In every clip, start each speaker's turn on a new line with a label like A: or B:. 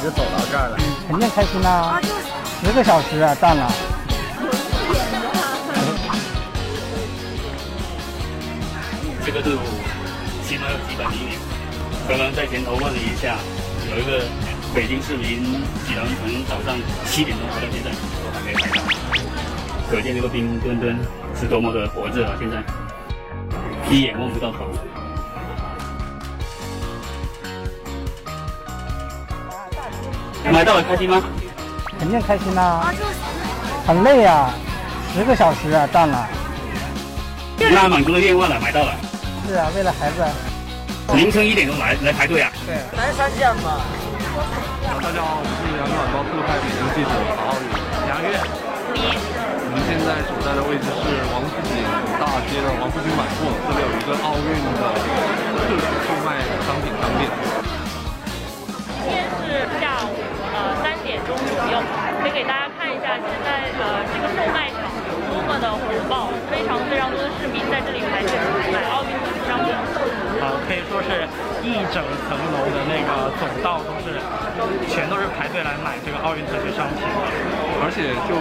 A: 时走到这儿来？
B: 肯定开心啦、十个小时啊，站了。
C: 这个路起码有几百厘米。刚刚在前头问了一下，有一个北京市民居然从早上七点钟跑到现在都还没来到，可见这个冰墩墩是多么的火热啊！现在一眼望不到头。 买到了开心吗？
B: 肯定开心啦、很累啊，十个小时啊，站了。
C: 那满足了愿望了，买到了。
B: 是啊，为了孩子。
C: 凌晨一点钟来来排队啊！
B: 对，
D: 南山见吧。
E: 大家好，我是杨远高特派北京记者曹浩宇、杨月。我们现在所在的位置是王府井大街的王府井买货，这里有一个奥运的这个售卖商品商店。
F: 今天是下午呃三点钟左右，可以给大家看一下现在呃这个售卖场有多么的火爆，非常非常多的市民在这里排队买奥运会商品。
G: 啊，可以说是一整层楼的那个走道都是，全都是排队来买这个奥运特色商品的。
E: 而且就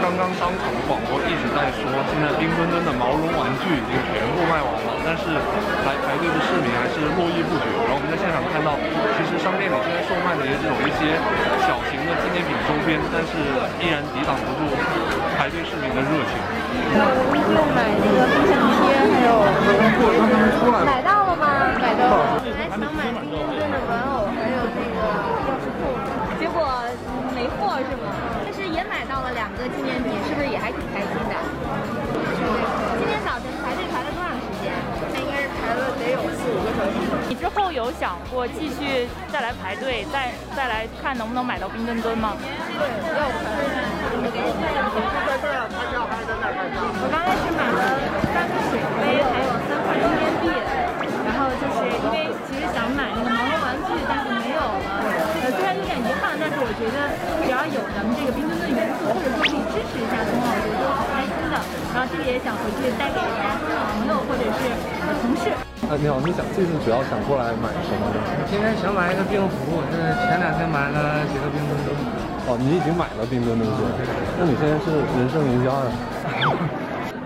E: 刚刚当场广播一直在说，现在冰墩墩的毛绒玩具已经全部卖完了，但是来排队的市民还是络绎不绝。然后我们在现场看到，其实商店里现在售卖的也只有一些小型的纪念品周边，但是依然抵挡不住排队市民的热情。
H: 又买那个冰箱贴，还有买到了吗？买到了。本来想买冰墩墩的玩偶，还有那个钥匙扣，结果没货是吗？但是也买到了两个纪念品，是不是也还挺开心的？今天早晨排队排了多长时间？应该是排了得有四五个小时。
F: 你之后有想过继续再来排队，再再来看能不能买到冰墩墩吗？
H: 我刚开始买了三个水杯，还有三块纪念币，然后就是因为其实想买那个毛绒玩具，但是没有了。呃，虽然有点遗憾，但是我觉得只要有咱们这个冰墩墩元素，或者说可以支持一下冬奥，我觉得都挺开心的。然后这个也想回去带给大家朋友或者是呃同事。
E: 啊，你好，你想这次主要想过来买什么呢？
I: 今天想买一个病服，是前两天买了几个冰墩墩。
E: 哦，你已经买了冰墩墩是吧？那你现在是人生赢家呀！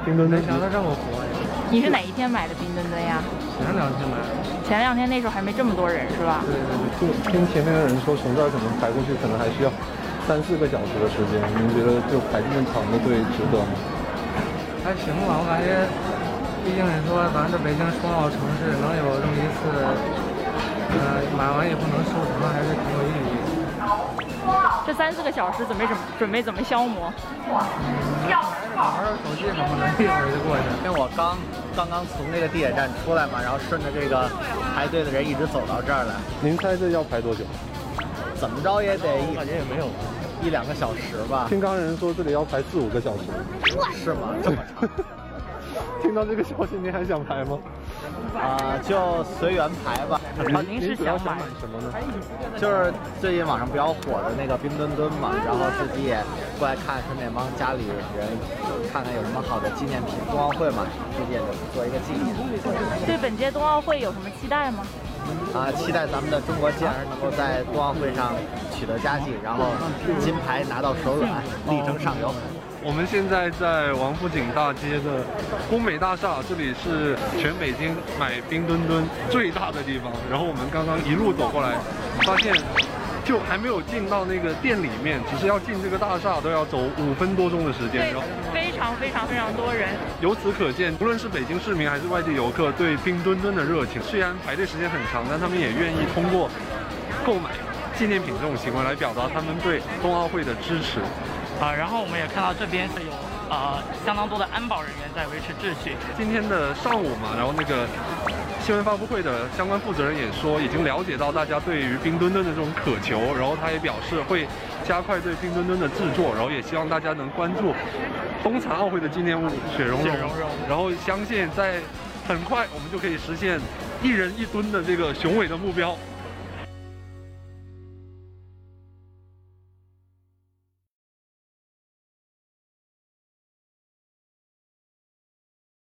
E: 冰墩墩，
I: 没想到这么火呀！
F: 你是哪一天买的冰墩墩呀？
I: 前两天买的，
F: 前两天那时候还没这么多人是吧？
I: 对对对，
E: 就听前面的人说，从这儿可能排过去，可能还需要三四个小时的时间。您觉得就排这么长的队值得吗？
I: 还行吧，我感觉，毕竟你说咱这北京冬奥城市能有这么一次，呃，买完以后能收藏，还是挺有意义的。
F: 这三四个小时准备怎么准备怎么消磨？
I: 玩玩手机什么的，一会儿就过去了。
A: 因为我刚刚刚从那个地铁站出来嘛，然后顺着这个排队的人一直走到这儿来，
E: 您猜这要排多久？
A: 怎么着也得一
E: 感觉也没有。
A: 一两个小时吧，
E: 听刚人说这里要排四五个小时，
A: 是吗？这么长
E: 听到这个消息，您还想排吗？
A: 啊、就随缘排吧。
F: 您是
E: 主要
F: 想
E: 想
F: 买
E: 买什么呢？
A: 就是最近网上比较火的那个冰墩墩嘛，然后自己也过来看，顺便帮家里人看看有什么好的纪念品，冬奥会嘛，自己也做一个纪念。
F: 对本届冬奥会有什么期待吗？
A: 啊，期待咱们的中国健儿能够在冬奥会上取得佳绩，然后金牌拿到手软，力争上游。
E: 我们现在在王府井大街的工美大厦，这里是全北京买冰墩墩最大的地方。然后我们刚刚一路走过来，发现就还没有进到那个店里面，只是要进这个大厦都要走五分多钟的时间。然
F: 对
E: 后，
F: 非常非常非常多人。
E: 由此可见，无论是北京市民还是外地游客，对冰墩墩的热情，虽然排队时间很长，但他们也愿意通过购买纪念品这种行为来表达他们对冬奥会的支持。
G: 啊，然后我们也看到这边是有呃相当多的安保人员在维持秩序。
E: 今天的上午嘛，然后那个新闻发布会的相关负责人也说，已经了解到大家对于冰墩墩的这种渴求，然后他也表示会加快对冰墩墩的制作，然后也希望大家能关注冬残奥会的纪念物雪融融
G: 雪融融，
E: 然后相信在很快我们就可以实现一人一吨的这个雄伟的目标。